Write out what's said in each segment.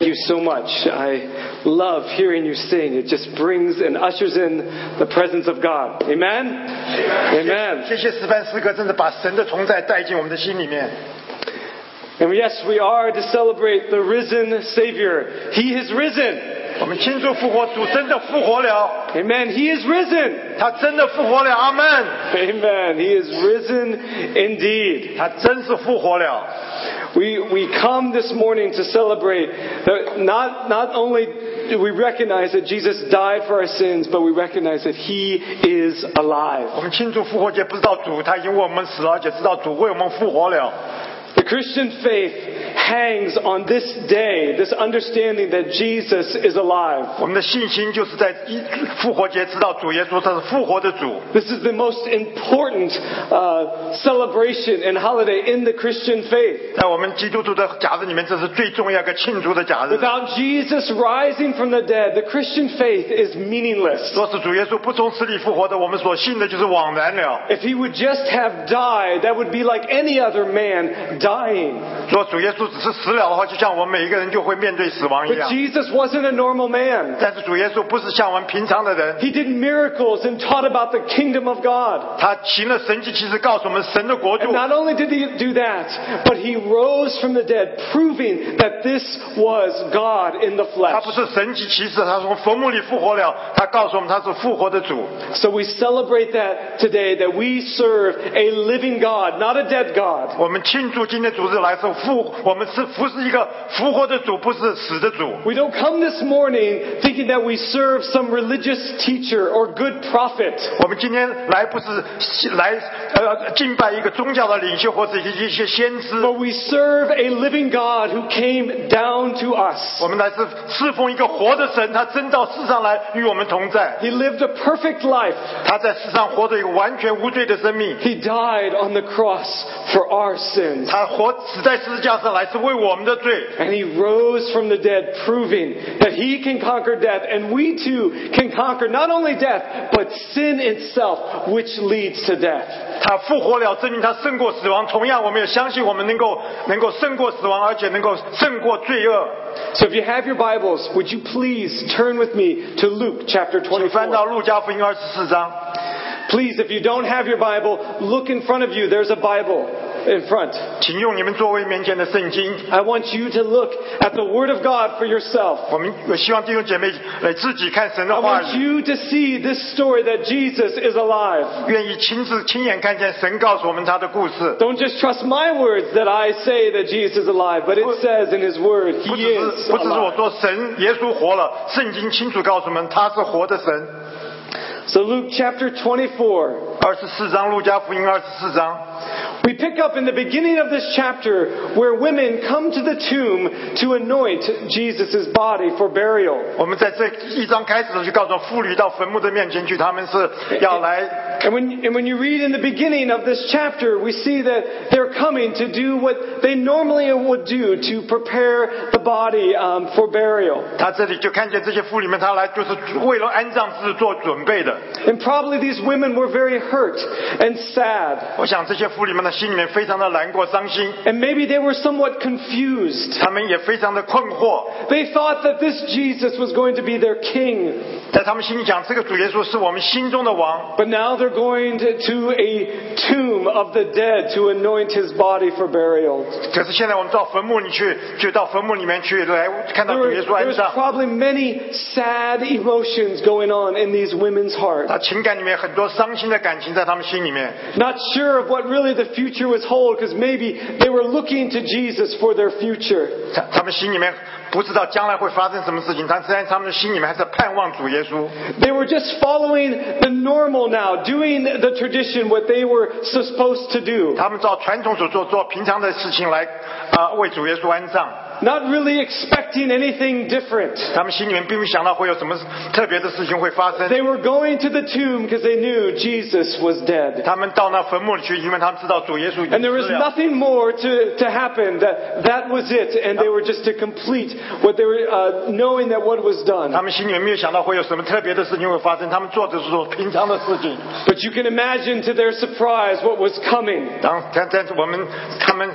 Thank you so much. I love hearing you sing. It just brings and ushers in the presence of God. Amen? Amen. 谢谢十班诗歌，真的把神的同在带进我们的心里面。 And yes, we are to celebrate the risen Savior. He is risen. 我们庆祝复活，主真的复活了， Amen. He is risen. 他真的复活了，阿门， Amen. He is risen indeed. 他真是复活了。 We, we come this morning to celebrate that not, not only do we recognize that Jesus died for our sins, but we recognize that He is alive. 我们庆祝复活节，不知道主他已经为我们死了，而且知道主为我们复活了。 The Christian faith hangs on this day, this understanding that Jesus is alive. 我们的信心就是在一复活节知道主耶稣他是复活的主。 This is the most important uh, celebration and holiday in the Christian faith. 在我们基督徒的假日里面，这是最重要一个庆祝的假日。 Without Jesus rising from the dead, the Christian faith is meaningless. 若是主耶稣不从死里复活的，我们所信的就是枉然了。 If he would just have died, that would be like any other man dying. 若主耶稣只是死了的话，就像我们每一个人就会面对死亡一 But 样。 Jesus wasn't a normal man. 但是主耶稣不是像我们平常的人， He did miracles and taught about the kingdom of God. 他行了神迹，其实告诉我们神的国度 And。not only did he do that, but he rose from the dead, proving that this was God in the 他 flesh. 不是神迹骑士，他从坟墓里复活了。他告诉我们他是复活的主。 So we celebrate that today, that we serve a living God, not a dead God. 我们庆祝今天主日来是复，我们是服是一个复活的主，不是死的主。 We don't come this morning thinking that we serve some religious teacher or good prophet. 我们今天来不是来呃敬拜一个宗教的领袖或者一些先知， But we serve a living God who came down to us. 我们来是侍奉一个活的神，他真到世上来与我们同在。 He lived a perfect life. 他在世上活着一个完全无罪的生命， He died on the cross for our sins. 他活死在十字架上来是为我们的罪。 And he rose from the dead, proving that he can conquer death, and we too can conquer not only death, but sin itself, which leads to death. 他复活了，证明他胜过死亡。同样，我们也相信我们能够能够胜过死亡，而且能够胜过罪恶。 So if you have your Bibles, would you please turn with me to Luke chapter 请翻到 24? 路加福音二十四章。 Please, if you don't have your Bible, look in front of you. There's a Bible in front. 请用你们座位面前的圣经。 I want you to look at the Word of God for yourself. 我们我希望弟兄姐妹来自己看神 I 的话 want 语， you to see this story that Jesus is alive. 愿意亲自亲眼看见神告诉我们他的故事。 Don't just trust my words that I say that Jesus is alive, but it says in his word, 不只 he 是 is 不只是我 alive. 说神耶稣活了，圣经清楚告诉我们他是活的神。 So Luke chapter 24, 二十四章路加福音二十四章， we pick up in the beginning of this chapter where women come to the tomb to anoint Jesus' body for burial. 我们在这一章开始的时候就告诉妇女到坟墓的面前去，他们是要来 And when, and when you read in the beginning of this chapter, we see that they're coming to do what they normally would do to prepare the body um, for burial. 他这里就看见这些妇女们，他来就是为了安葬是做准备的。 And probably these women were very hurt and sad. 我想这些妇女们的心里面非常的难过、伤心， And maybe they were somewhat confused. 他们也非常的困惑， They thought that this Jesus was going to be their king, 在他们心里想，这个主耶稣是我们心中的王。 but now they're going to, to a tomb of the dead to anoint his body for burial. 可是现在我们到坟墓里去，就到坟墓里面去来看到 There 主 were, 耶稣 there 安 was 葬， probably many sad emotions going on in these women's 他 hearts, 情感里面很多伤心的感情在他们心里面， not sure of what really the future was hold, because maybe they were looking to Jesus for their future. 他他们心里面不知道将来会发生什么事情，但虽然他们的心里面还是盼望主耶稣， They were just following the normal now, doing the tradition, what they were supposed to do. 他们照传统所做，做平常的事情来啊、为主耶稣安葬， not really expecting anything different. 他们心里面并没想到会有什么特别的事情会发生。 They were going to the tomb because they knew Jesus was dead. 他们到那坟墓里去，因为他们知道主耶稣已 And 经 there was 死了。 nothing more to, to happen. That, that was it. And they were just to complete what they were, uh, knowing that what was done. 他们心里面没有想到会有什么特别的事情会发生，他们做的是做平常的事情。 But you can imagine to their surprise what was coming. 然后，但但是我们他们，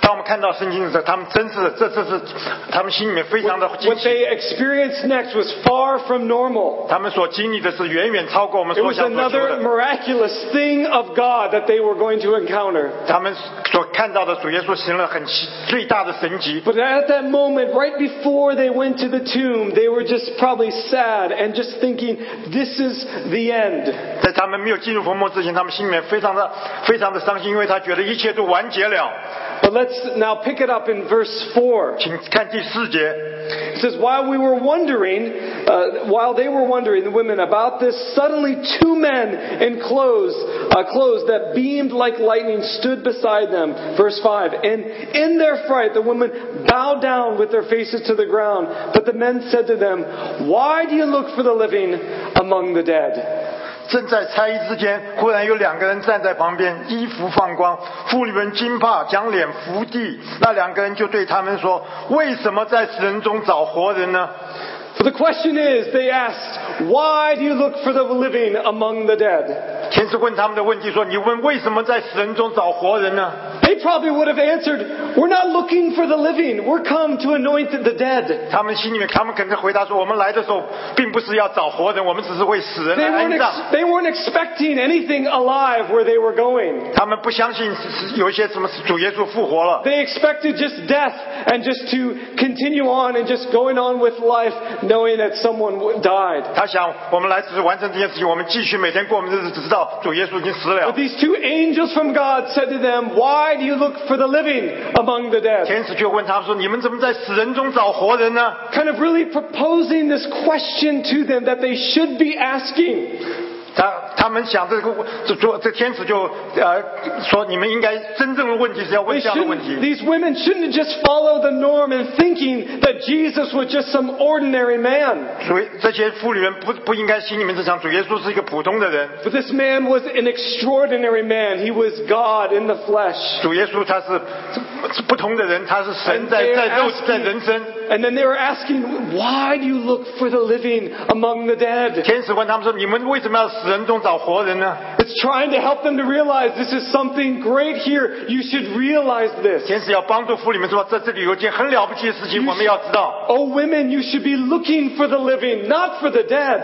当我们看到圣经的时候，他们真是这次是他们心里面非常的惊 What 喜。 they experienced next was far from normal. 他们所经历的是远远超过我们 It 所 was 想所求 another 的。 miraculous thing of God that they were going to encounter. 他们所看到的主耶稣行了很奇最大的神迹， But at that moment, right before they went to the tomb, they were just probably sad and just thinking, this is the end. 在他们没有进入坟墓之前，他们心里面非常的非常的伤心，因为他觉得一切都完结了。 But let's now pick it up in verse 4. 请看第四节， It says, While we were wondering, uh, while they were wondering, the women, about this, suddenly two men in clothes, uh, clothes that beamed like lightning stood beside them. Verse 5. And in their fright, the women bowed down with their faces to the ground. But the men said to them, Why do you look for the living among the dead? 正在猜疑之间，忽然有两个人站在旁边，衣服放光，妇女们惊怕，将脸伏地。那两个人就对他们说：“为什么在死人中找活人呢？” So the question is, they asked, Why do you look for the living among the dead? 先是问他们的问题说：“你问为什么在死人中找活人呢？” They probably would have answered, We're not looking for the living. We're come to anoint the dead. 他们心里面，他们可能回答说：“我们来的时候，并不是要找活人，我们只是为死人 They 来 weren't, 安葬。 ex- they weren't expecting anything alive where they were going. ”他们不相信是是有一些什么主耶稣复活了， They expected just death and just to continue on and just going on with life knowing that someone w- died. 他想我们来只是完成这件事情，我们继续每天过我们的日子，直到主耶稣已经死 But 了。 these two angels from God said to them, Why do you look for the living among the dead? 天使就问他们说：“你们怎么在死人中找活人呢 Kind of really proposing this question to them that they should be asking.？” 他他们想这个这这这天使就呃说：“你们应该真正的问题是要 They 问这样的问 shouldn't, 题。 these women shouldn't just follow the norm and thinking that Jesus was just some ordinary man. ”所以这些妇女人不不应该心里面是想主耶稣是一个普通的人， But this man was an extraordinary man. He was God in the flesh. 主耶稣他是是不同的人，他是神 And 在 they 在 were 肉 asking- 在人生。 And then they were asking, why do you look for the living among the dead? 天使问他们说：“你们为什么要死人中找活人呢 It's trying to help them to realize this is something great here. You should realize？”this. 天使要帮助妇女们说：“在这里有一件很了不起的事情，我们要知道， Oh, women, you should be looking for the living, not for the dead.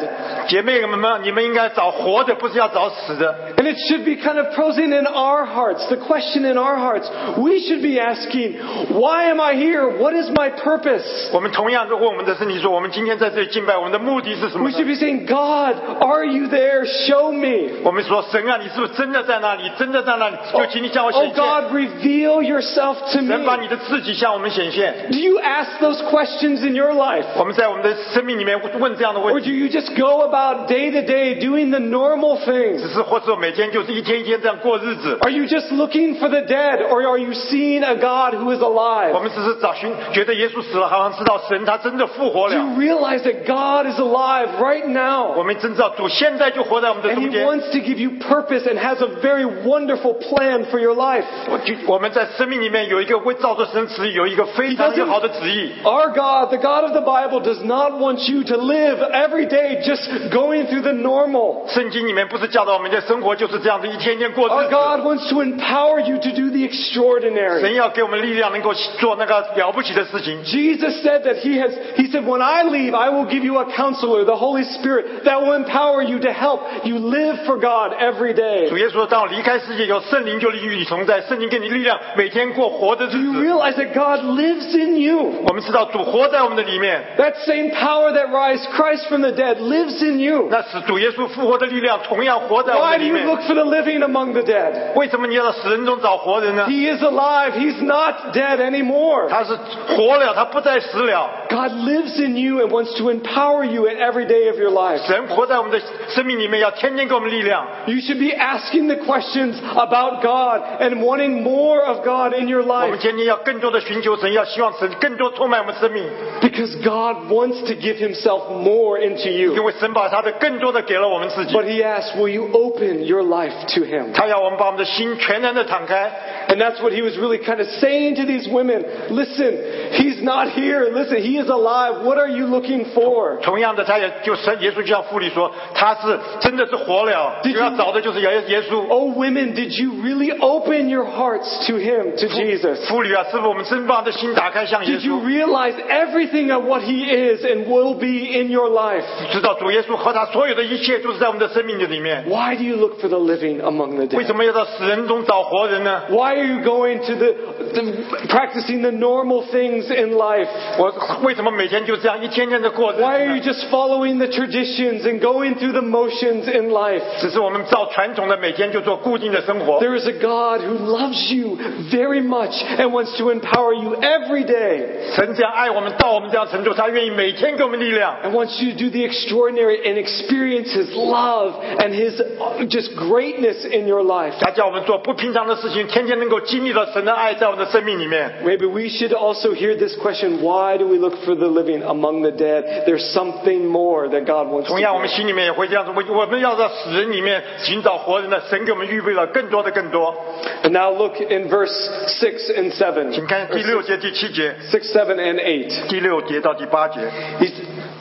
姐妹们们，你们应该找活的，不是要找死的。 And it should be kind of posing in our hearts, the question in our hearts. We should be asking, why am I here? What is my purpose? ”我们同样的问我们的身体说：“我们今天在这里敬拜，我们的目的是什么 We 呢 should be saying, God, are you there? Show me.？” 我们说：“神啊，你是不是真的在那里？真的在那里？就请你向我 Oh 显现， God, reveal yourself to 神把 me. 你的自己向我们显现。 Do you ask those questions in your life? ”我们在我们的生命里面问这样的问 Or 题， do you just go about day to day doing the normal 只 things? 是或者每天就是一天一天这样过日子。 Are you just looking for the dead or are you seeing a God who is 我 alive? 们只是找寻，觉得耶稣死了，好像知道神他真的复活 Do 了。 you realize that God is alive right 我 now? 们真知道主现在就活在我们的 And 中 He 间。 wants to give you purpose and has a very wonderful plan for your life. 我就我们在生命里面有一个为造作神旨意，有一个非常友好的旨意。 Our God, the God of the Bible, does not want you to live every day just going through the normal. 圣经里面不是教导我们的生活就是这样子一天天过 Our 日子。 God wants to empower you to do the extraordinary. 神要给我们力量，能够做那个了不起的事情。 Jesus said that he has, he said, when I leave, I will give you a counselor, the Holy Spirit, that will empower you to help you live for God every day. 主耶稣说：“当我离开世界，有圣灵就与你同在，圣灵给你力量，每天过活的日 You 子。 realize that God lives in you. 我们知道主活在我们的里面， That same power that raised Christ from the dead lives in you. 那使主耶稣复活的力量同样活在我们 Why 的 do 里 you 面。 look for the living among the dead? 为什么你要到死人中找活人呢？ He is alive. He's not dead anymore. 他是活了，他不再死了。 God lives in you and wants to empower you in every day of your life. 神活在我们的生命里面，要天天给我们力量。 You should be asking the questions about God and wanting more of God in your 我们 life 天天要更多的寻求神，要希望神更多充满我们生命， because God wants to give Himself more into 因 you. 为神把他的更多的给了我们自己。 But He asks, will you open your life to Him? 他要我们把我们的心全然的敞开。 And that's what He was really kind of saying to these women. Listen, He's not here. Listen, He is alive. alive. What are you looking for? 同样的，他也就神耶稣就像妇女说，他是真的是活了， Did you- 就要找的就是耶耶稣。 Oh, women, did you really open your hearts to Him, to Jesus? 妇女啊，师傅，我们真把我们的心打开向耶 Did you 稣， realize everything of what He is and will be in your life? 知道主耶稣和他所有的一切都是在我们的生命的里面。 Why do you look for the living among the 为 dead? 什么要到死人中找活人呢？ Why are you going to the, the practicing the normal things in life? 我为什么每天就这样一天天的过日子 Why are 呢 you just following the traditions and going through the motions in life? 只是我们照传统的每天就做固定的生活。 There is a God who loves you very much and wants to empower you every day 神这样爱我们，到我们这样程度，他愿意每天给我们力量。 and wants you to do the extraordinary and experience His love and His uh, just greatness in your life. 他叫我们做不平常的事情，天天能够经历到神的爱在我们的生命里面。 Maybe we should also hear this question why do we look for the living among the dead? There's something more that God wants 同样，我 to 们心里面也会这样子，我我们要在死人里面寻找活人的，神给我们预备了更多的更多。 And now look in verse 6 and 7. 请看 Or 第六节、第七节， 6, 7, and 8. 第六节到第八节， He's,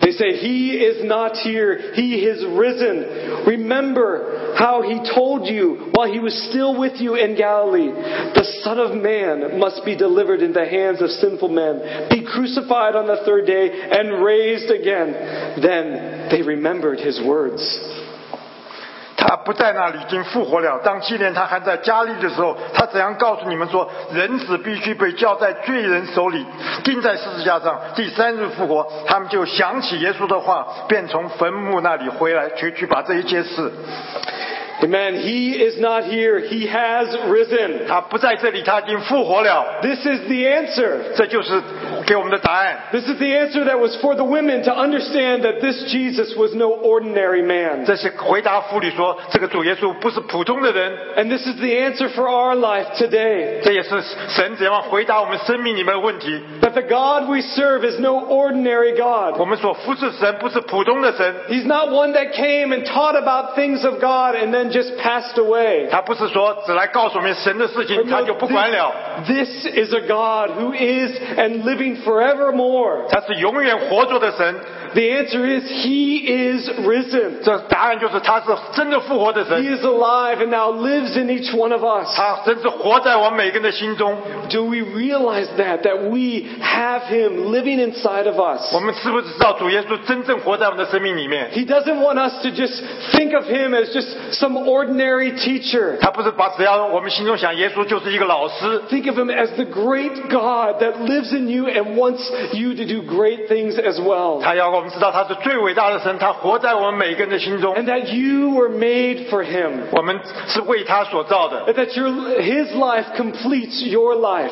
they say, He is not here. He is risen. Remember how He told you while He was still with you in Galilee. The Son of Man must be delivered into the hands of sinful men, be crucified on the third day, and raised again. Then they remembered His words. 他不在那里，已经复活了。当纪念他还在加利的时候，他怎样告诉你们说，人子必须被交在罪人手里，钉在十字架上，第三日复活？他们就想起耶稣的话，便从坟墓那里回来，去去把这一切事。 Amen. He is not here. He has risen. 他不在这里，他已经复活了。 This is the answer. 这就是给我们的答案。 This is the answer that was for the women to understand that this Jesus was no ordinary man. 这是回答妇女说，这个主耶稣不是普通的人， And this is the answer for our life today. 这也是神怎样回答我们生命里面的问题。 That the God we serve is no ordinary 我 God. 们所服侍神不是普通的神， He's not one that came and taught about things of God and then just passed away. 他不是说只来告诉我们神的事情，他就不管了， This is a God who is and living forevermore. 他是永远活着的神。 The answer is He is risen. 这答案就是他是真的复活的 He 神， is alive and now lives in each one of us. 他真是活在我们每个人的心中。 Do we realize that? That we have Him living inside of us. 我们是不是知道主耶稣真正活在我们的生命里面？ He doesn't want us to just think of Him as just some ordinary teacher. 他不是把只要我们心中想耶稣就是一个老师， Think of him as the great God that lives in you and wants you to do great things as well. 他要我们知道他是最伟大的神，他活在我们每个人的心中。 And that you were made for him. 我们是为他所造的， And that your, his life completes your life.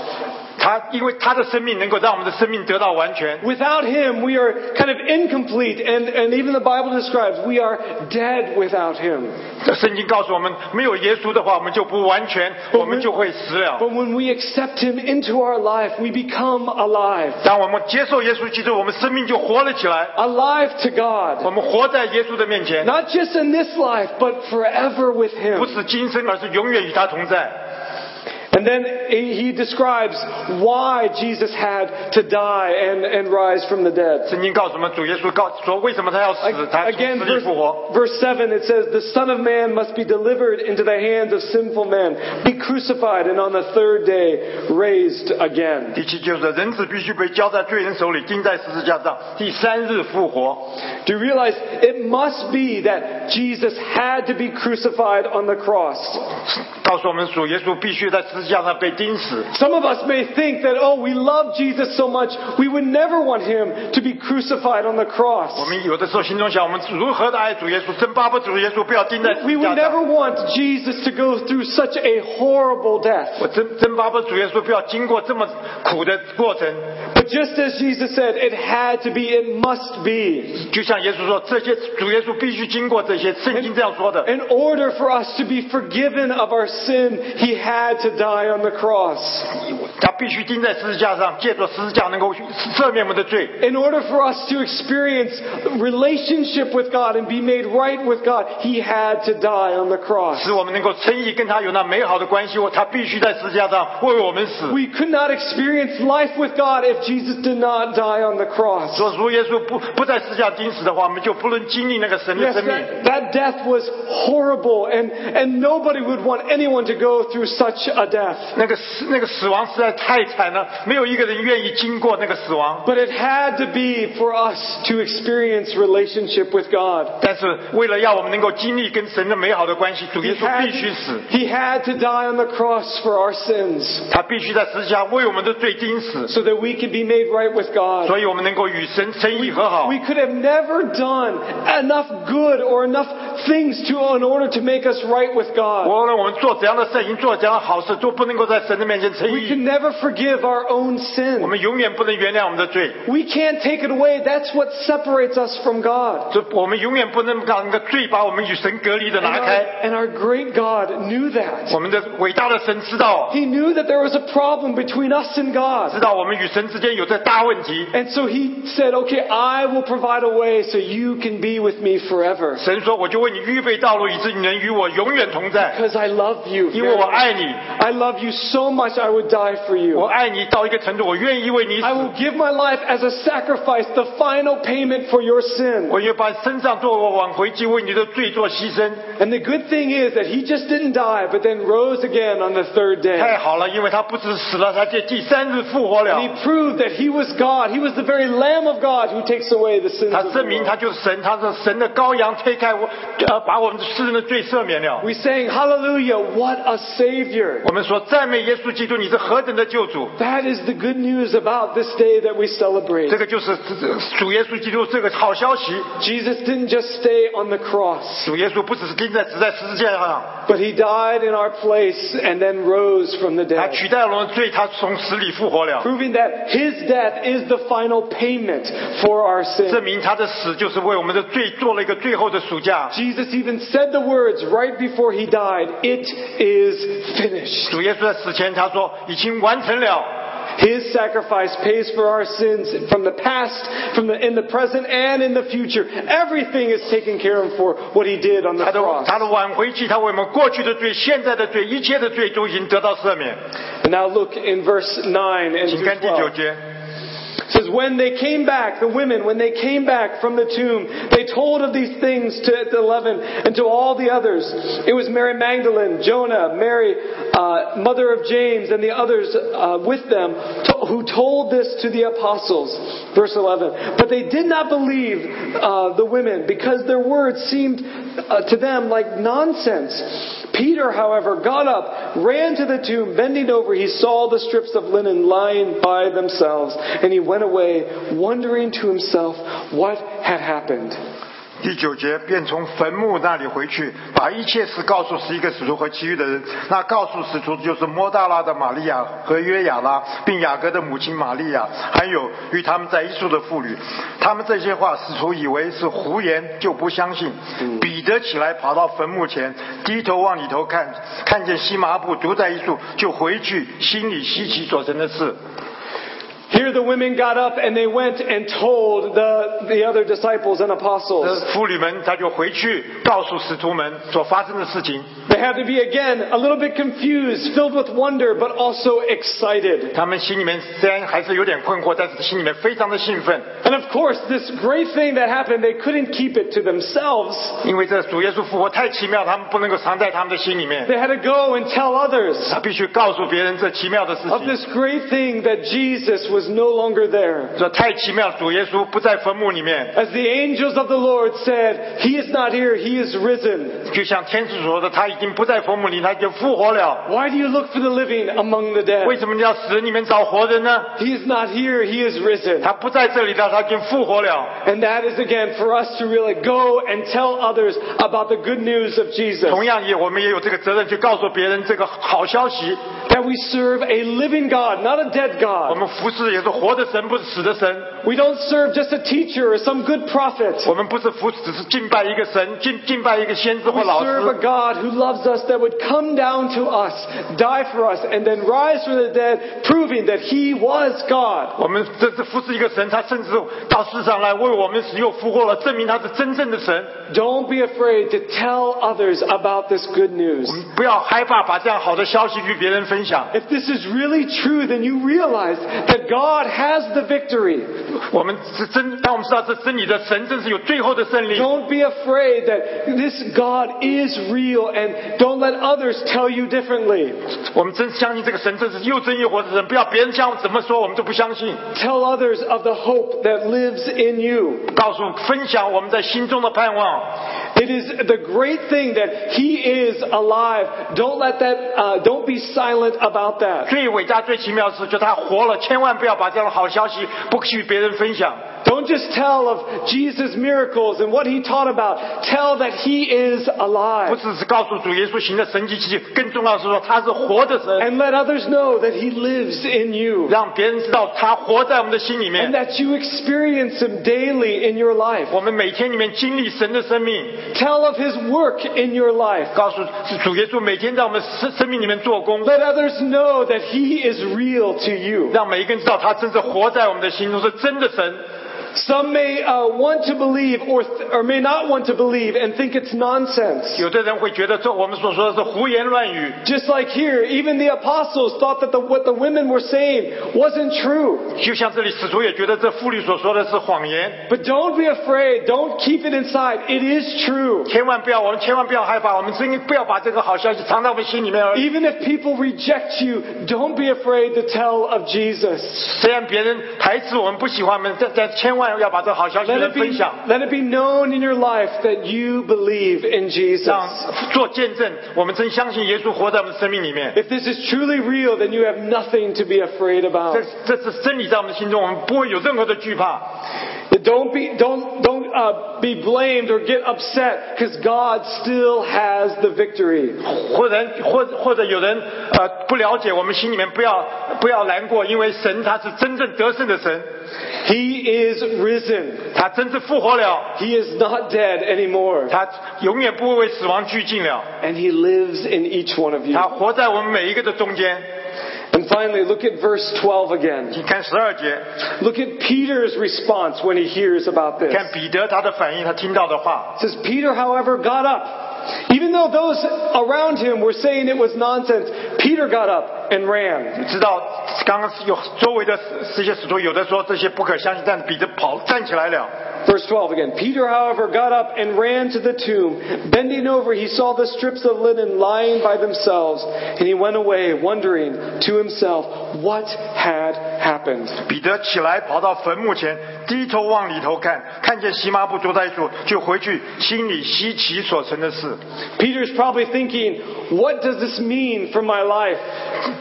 他因为他的生命能够让我们的生命得到完全。 Without him, we are kind of incomplete. And, and even the Bible describes we are dead without him. 圣经告诉我们，没有耶稣的话，我们就不完全，我们就会死了。 But when we accept him into our life, we become alive. 当我们接受耶稣基督，我们生命就活了起来， Alive to 我 God. 们活在耶稣的面前， Not just in this life, but forever with him. 不是今生，而是永远与他同在。 And then he describes why Jesus had to die and, and rise from the dead. 圣经告诉我们，主耶稣告说，为什么他要死，他从 Again, 死里 verse, 复活。 verse 7, it says, The Son of Man must be delivered into the hands of sinful men, be crucified, and on the third day raised again. 第七就是人子必须被交在罪人手里，钉在十字架上，第三日复活。 Do you realize it must be that Jesus had to be crucified on the cross? 告诉我们，主耶稣必须在十字架上被钉死。 Some of us may think that, oh, we love Jesus so much, we would never want him to be crucified on the 我 cross. 们有的时候心中想，我们如何的爱主耶稣，真巴不主耶稣不要钉在十 We 字 would 架上。 never want Jesus to go through such a horrible death. 我真真巴不主耶稣不要经过这么苦的过程。 But just as Jesus said, it had to be, it must be, 就像耶稣说，这些主耶稣必须经过这些。圣经这样说的。 in order for us to be forgiven of our sin, he had to die on the cross. 他必须钉在十字架上，借着十字架能够赦免我们的罪。 In order for us to experience relationship with God and be made right with God, he had to die on the cross. 使我们能够称义，跟他有那美好的关系。我他必须在十字架上为我们死。 We could not experience life with God if Jesus did not die on the cross. 说如果耶稣不不在十字架钉死的话，我们就不能经历那个神的 Yes, 生 that, 命。 that death was horrible, and, and nobody would want anyone to go through such a death. 那个死那个死亡实在太惨了，没有一个人愿意经过那个死亡。 But it had to be for us to experience relationship with God. 但是为了要我们能够经历跟神的美好的关系，主 He 耶稣 had, 必须死， he had to die on the cross for our sins 他必须在十字架为我们的罪钉死， so that we could be made right with God. 所以我们能够与神诚意和好。 We could have never done enough good or enough things to, in order to make us right with God. 无论我们做怎样的事情，做怎样的好事，都不能够在神的面前称 We 义。 can never forgive our own 我 sin. 们永远不能原谅我们的罪， We can't take it away. That's what separates us from God. 这我们永远不能让那个罪把我们与神隔离的 And 拿 our, 开。 and our great God knew that. 我们的伟大的神知道， He knew that there was a problem between us and 知 God. 道我们与神之间有这大问题。 And so he said, Okay, I will provide a way so you can be with me forever. 神说：“我就为你预备道路，以致你能与我永远同在， Because I love you. 因为我爱你， I love you so much, I would die for 我 you. 爱你到一个程度，我愿意为你死 I。will give my life as a sacrifice, the final payment for your sin. 我愿把身上做我挽回祭，为你的罪做牺牲。 And the good thing is that he just didn't die, but then rose again on the third day. 太好了，因为他不止死了，他这第三日复活了。 And he proved that he was God. He was the very Lamb of God who takes away the sins 他 of the 证明 world. 他就是神，他是神的羔羊，推开我，呃，把我们世人的罪赦免了。 We sang hallelujah, what a savior. 我们说赞美耶稣基督，你是何等的救主！ That is the good news about this day that we celebrate. 这个就是主耶稣基督这个好消息。 Jesus didn't just stay on the cross, 主耶稣不只是钉在只在十字架上， but he died in our place and then rose from the 他 dead. 取代了我们的罪，他从死里复活了， Proving that his death is the final payment for our 证 sin. 明他的死就是为我们的罪做了一个最后的暑假。 Jesus even said the words right before he died, it is finished. 主耶稣在死前他说已经完成了。 His sacrifice pays for our sins from the past, from the, in the present, and in the future. Everything is taken care of for what he did on the 他的 cross. 他的挽回祭，他为我们过去的罪、现在的罪、一切的罪都已经得到赦免。 And now look in verse 9 and 请看第 through 12. 九节， It says, When they came back, the women, when they came back from the tomb, they told of these things to the eleven and to all the others. It was Mary Magdalene, Jonah, Mary, uh, mother of James, and the others uh, with them to- who told this to the apostles. Verse 11. But they did not believe uh, the women because their words seemed uh, to them like nonsense. Peter, however, got up, ran to the tomb, bending over, he saw the strips of linen lying by themselves, and he went away, wondering to himself what had happened. 第九节便从坟墓那里回去，把一切事告诉十一个使徒和其余的人。那告诉使徒的就是摩大拉的玛利亚和约雅拉，并雅各的母亲玛利亚，还有与他们在一处的妇女。他们这些话，使徒以为是胡言，就不相信。彼得起来跑到坟墓前，低头往里头看，看见细麻布独在一处，就回去，心里稀奇所成的事。 Here the women got up and they went and told the, the other disciples and 这 apostles. 妇女们，她就回去告诉使徒们所发生的事情。 They had to be again a little bit confused, filled with wonder, but also excited. 他们心里面虽然还是有点困惑，但是心里面非常的兴奋， And of course, this great thing that happened, they couldn't keep it to themselves. 因为这主耶稣复活太奇妙，他们不能够藏在他们的心里面， They had to go and tell others. 他必须告诉别人这奇妙的事 of 情。 this great thing that Jesus was no longer there. 这太奇妙，主耶稣不在坟墓里面， As the angels of the Lord said, He is not here, He is risen. 就像天使说的，他已经不在坟墓里，他已经复活了。 Why do you look for the living among the dead? 为什么你要死人里面找活人呢？ He is not here, He is risen. 他不在这里了，他已经复活了。 And that is again for us to really go and tell others about the good news of Jesus. 同样也，我们也有这个责任去告诉别人这个好消息。 That we serve a living God, not a dead 我 God. 们服侍也是活的神，不是死的神。 We don't serve just a teacher or some good prophet. 我们不是服，只是敬拜一个神，敬敬拜一个先知 We 或老师。 serve a God who loves us that would come down to us, die for us, and then rise from the dead, proving that He was God. 我们这是服侍一个神，他甚至到世上来为我们死又复活了，证明他是真正的神。 Don't be afraid to tell others about this good news. 不要害怕把这样好的消息与别人分享。 If this is really true, then you realize that God God has the victory. 我们是真，当我们知道这真理的神，真是有最后的胜利。 Don't be afraid that this God is real and don't let others tell you differently. 我们真相信这个神，真是又真又活的神。不要别人向我们怎么说，我们都不相信。 Tell others of the hope that lives in you. 告诉分享我们在心中的盼望。 It is the great thing that He is alive. Don't let that, uh, don't be silent about that. 最伟大、最奇妙的事，就是他活了。千万不要把这样的好消息不许别人分享。 Don't just tell of Jesus' miracles and what He taught about. Tell that He is 不 alive. 只是告诉主耶稣行的神迹奇迹，更重要的是说他是活的神， And let others know that He lives in you. 让别人知道他活在我们的心里 And 面。 that you experience Him daily in your life. 我们每天里面经历神的生命， Tell of His work in your life. 告诉是主耶稣每天在我们生生命里面做工， Let others know that He is real to you. 让每一个人知道他真是活在我们的心中，是真的神。 Some may uh, want to believe or, th- or may not want to believe and think it's nonsense. 有的人会觉得这我们所说的是胡言乱语， Just like here, even the apostles thought that the, what the women were saying wasn't true. 就像这里使徒也觉得这妇女所说的是谎言。 But don't be afraid. Don't keep it inside. It is true. 千万不要，我们千万不要害怕，我们真不要把这个好消息藏在我们心里面而已。 Even if people reject you, don't be afraid to tell of Jesus. 虽然别人排斥我们不喜欢我们，但但千万要把这好消息 Let 来 it, be, 分享。 let it be known in your life that you believe in Jesus. 让做见证，我们真相信耶稣活在我们生命里面。 If this is truly real, then you have nothing to be afraid 这 about. 这是真理在我们心中，我们不会有任何的惧怕。 Don't be don't don't uh, be blamed or get upset because God still has the victory. 或者或或者有人呃不了解我们心里面，不要不要难过，因为神他是真正得胜的神， He is risen. 他真是复活了， He is not dead anymore, 他永远不会为死亡拘禁了， and He lives in each one of you. 他活在我们每一个的中间。 And finally, look at verse 12 again. 你看十二节， Look at Peter's response when he hears about this. 看彼得他的反应，他听到的话。 It says Peter, however, got up. Even though those around him were saying it was nonsense, Peter got up and ran. 知道刚刚有周围的这些使徒，有的说这些不可相信，但彼得跑站起来了。 Verse 12 again. Peter, however, got up and ran to the tomb. Bending over, he saw the strips of linen lying by themselves, and he went away, wondering to himself what had happened. 彼得起来跑到坟墓前，低头往里头看，看见席麻布坐在一处，就回去，心里稀奇所成的事。 Peter's probably thinking, what does this mean for my life?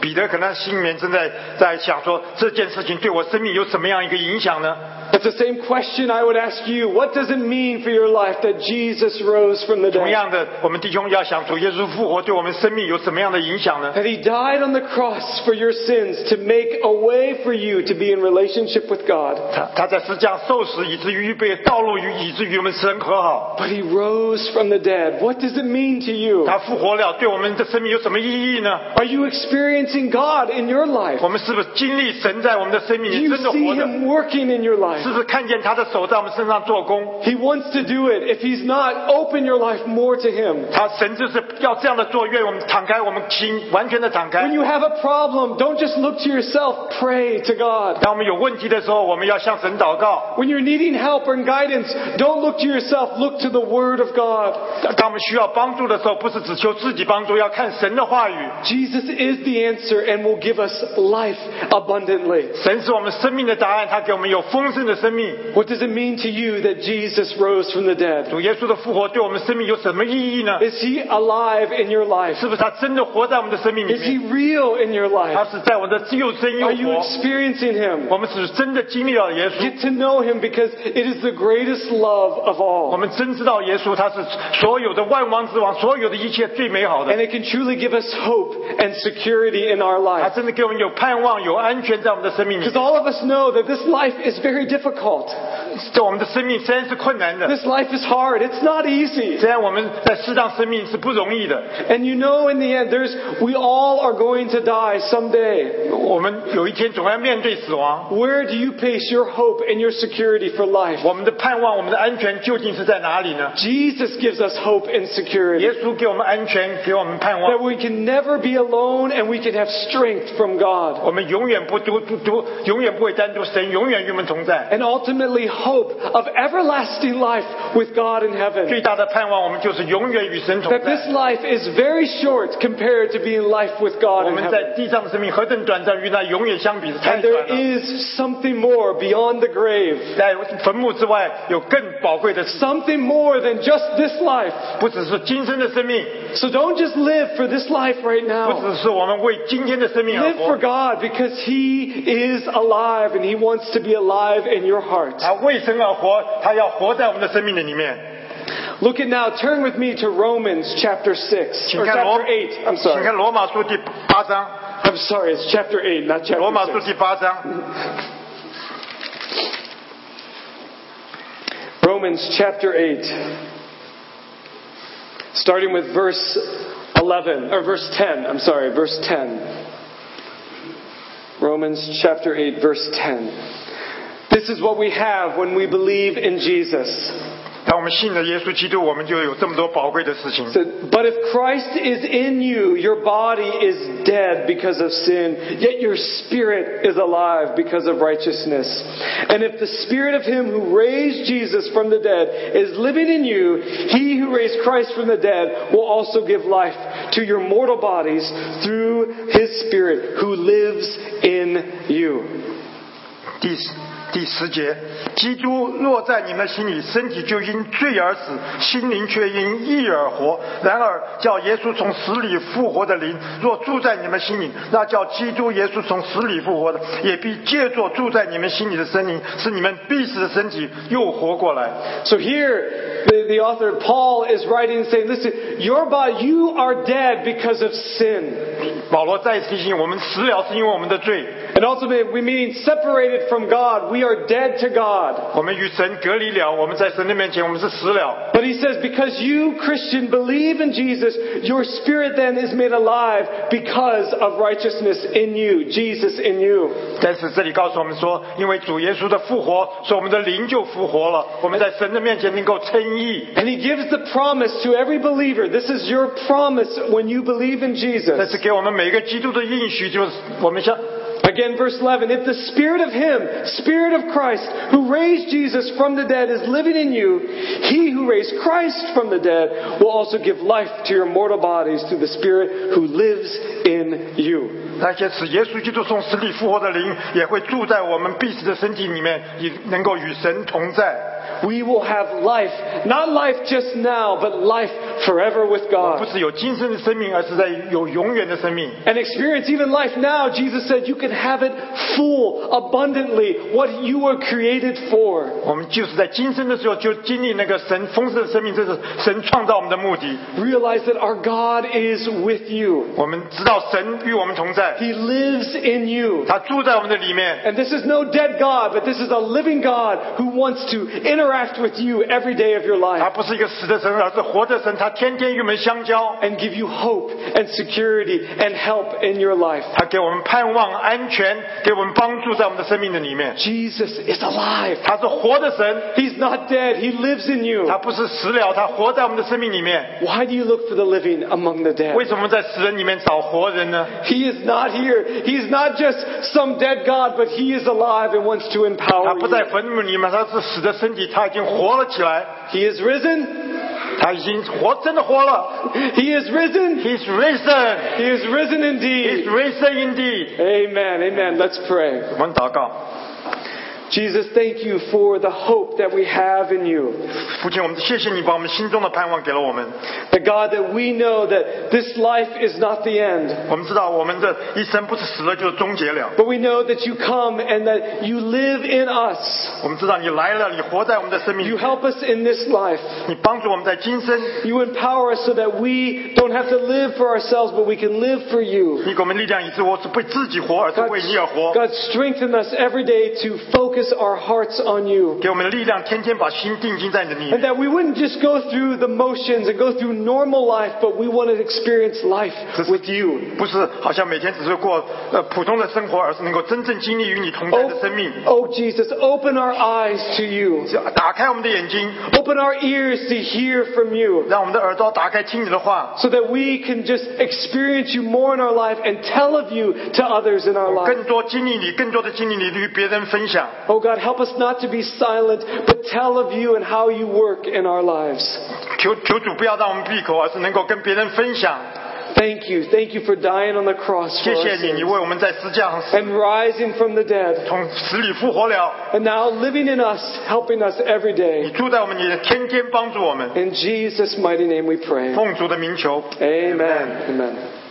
彼得可能心里面正在在想说这件事情对我生命有什么样一个影响呢？ That's the same question I would ask you. What does it mean for your life that Jesus rose from the 同 dead? 样的，我们弟兄要想主耶稣复活对我们生命有什么样的影响呢？ That he died on the cross for your sins to make a way for you to be in relationship with God. 他他在实际上受死，以至于预备道路与以至于我们神和好。 But he rose from the dead. What does it mean to you? 他复活了，对我们的生命有什么意义呢？ Are you experiencing God in your life? 我们是不是经历神在我们的生命 Do 里 you 真的 see 活着？ Him working in your 是 life? 不是看见他的手在我们身上做工？ He wants to do it. If He's not, open your life more to Him. 他神就是要这样的做，愿我们敞开我们心，完全的敞 When 开。 you have a problem, don't just look to yourself. Pray to God. 当我们有问题的时候，我们要向神祷告； When you're needing help and guidance, don't look to yourself. Look to the Word of God. 当我们需要帮助的时候，不是只求自己帮助，要看神的话语。 Jesus is the answer and will give us life abundantly. 神是我们生命的答案，他给我们有丰盛的生命。 What does it mean to you that Jesus rose from the dead? 主耶稣的复活对我们生命有什么意义呢？ Is He alive in your life? 是不是他真的活在我们的生命里 Is 面？ He real in your 他 life? 是在我们的又真又 Are you 活。 experiencing Him? 我们是真的经历了耶稣， Get to know him because it is the greatest love of 我 all. 们真知道耶稣他是所有的万王之王，所有的一切最美好的 And。it can truly give us hope and security in our 他 life. 真的给我们有盼望，有安全在我们的生命里 Because。all of us know that this life is very difficult. 这我们的生命虽然是困难的， This life is hard. It's not easy. 虽然我们在世上生命是不容易的， And you know in the end, there's, we all are going to die someday. 我们有一天总要面对死亡。 Where do you place your hope and your security for life? 我们的盼望，我们的安全究竟是在哪里呢？ Jesus gives us hope and security. 耶稣给我们安全，给我们盼望， That we can never be alone and we can have strength from God. 我们永远不独独独，永远不会单独，神永远与我们同在。 And ultimately, hope of everlasting life with God in heaven. 最大的盼望，我们就是永远与神同 That 在。 this life is very short compared to being life with God 我 in 们 heaven. 在地上的生命何等短暂，与那永远相比是太 And 短 there 了。 is something more beyond the grave. 在坟墓之外，有更宝贵的事， Something more than just this life. 不只是今生的生命， So don't just live for this life right 不 now. 只是我们为今天的生命而 Live 活 for，God because He is alive and He wants to be alive in your heart. 他为神而活，他要活在我们的生命的里面。 Look at now, turn with me to Romans chapter 6. 请 Or 看罗 Oh, chapter 8. I'm 请 sorry. 看罗马书第八章， I'm sorry, it's chapter 8, not 罗马 chapter 书 6. 第八章， Romans chapter 8, starting with verse 11, or verse 10, I'm sorry, verse 10. Romans chapter 8, verse 10. This is what we have when we believe in Jesus. 当我们信了耶稣基督，我们就有这么多宝贵的事情。 So, but if Christ is in you, your body is dead because of sin, yet your spirit is alive because of righteousness. And if the spirit of him who raised Jesus from the dead is living in you, he who raised Christ from the dead will also give life to your mortal bodies through his spirit who lives in you. 第十第十节，基督若在你们心里，身体就因罪而死，心灵却因义而活。然而，叫耶稣从死里复活的灵，若住在你们心里，那叫基督耶稣从死里复活的，也必借着住在你们心里的生灵，使你们必死的身体又活过来。 So here, the, the author Paul is writing and saying, listen, your body, you are dead because of sin. 保罗再次提醒我们，死了是因为我们的罪， And ultimately, we mean separated from God. We are dead to God. 我们与神隔离了，我们在神的面前，我们是死了。 But he says, because you, Christian, believe in Jesus, your spirit then is made alive because of righteousness in you, Jesus in you. 但是这里告诉我们说，因为主耶稣的复活，所以我们的灵就复活了。我们在神的面前能够称义， And he gives the promise to every believer. This is your promise when you believe in 这 Jesus. 是给我们每个基督的应许，就是我们像 Again, verse 11. If the spirit of him, spirit of Christ, who raised Jesus from the dead is living in you, he who raised Christ from the dead will also give life to your mortal bodies through the spirit who lives in you. 那些使耶稣基督从死里复活的灵，也会住在我们必死的身体里面，也能够与神同在。 We will have life, not life just now, but life forever with 不 God. 是有今生的生命，而是在有永远的生命。 And experience even life now, Jesus said, you can have it full, abundantly, what you were created for. 我们就是在今生的时候就经历那个神丰盛的生命，这是神创造我们的目的。 Realize that our God is with you. 我们知道神与我们同在， He lives in you. 他住在我们的里面。 And this is no dead God, but this is a living God who wants to interact with you every day of your 他 life 不是一个死的神，而是活的神。他天天与我们相交， and give you hope and security and help in your life. 他给我们盼望、安全，给我们帮助在我们的生命的里面。 Jesus is alive. 他是活的神， He's not dead. He lives in you. 他不是死了，他活在我们的生命里面。 Why do you look for the living among the dead? 为什么在死人里面找活人呢？ He is not here. He's not just some dead God, but He is alive and wants to 他 empower 不在 you. 坟墓里面，他是死的身体，他已经活了起来， He is risen. 他已经活，真的活了。 He is risen. He's risen, He is risen He's indeed. risen indeed。 Amen. Amen. Let's pray. 我们祷告， Jesus, thank you for the hope that we have in you. 父亲，我们谢谢你把我们心中的盼望给了我们。 That God, that we know that this life is not the end, 我们知道我们的一生不是死了就是终结了。 but we know that you come and that you live in us. 我们知道你来了，你活在我们的生命 You 里， help us in this life. 你帮助我们在今生， You empower us so that we don't have to live for ourselves, but we can live for you. 你给我们力量，以致我是不自己活，而是 God, 为你而活。 God, strengthen us every day to focus focus our hearts on you. 给我们的力量，天天把心定睛在你的里面 And。that we wouldn't just go through the motions and go through normal life, but we want to experience life with you. 不是好像每天只是过呃普通的生活，而是能够真正经历与你同在的生命 Oh,。oh, Jesus, open our eyes to you. 打开我们的眼睛， Open our ears to hear from you 让我们的耳朵打开听你的话， so that we can just experience you more in our life and tell of you to others in our life. 更多经历你，更多的经历你与别人分享。 Oh God, help us not to be silent, but tell of you and how you work in our lives. 求求主不要让我们闭口，而是能够跟别人分享。 Thank you. Thank you for dying on the cross 谢 for 谢 us 你，你为我们在十字架上死 and rising from the dead 从死里复活了。 and now living in us, helping us every 你 day. 住在我们里面，天天帮助我们。 In Jesus' mighty name we pray. 奉主的名求。 Amen. Amen.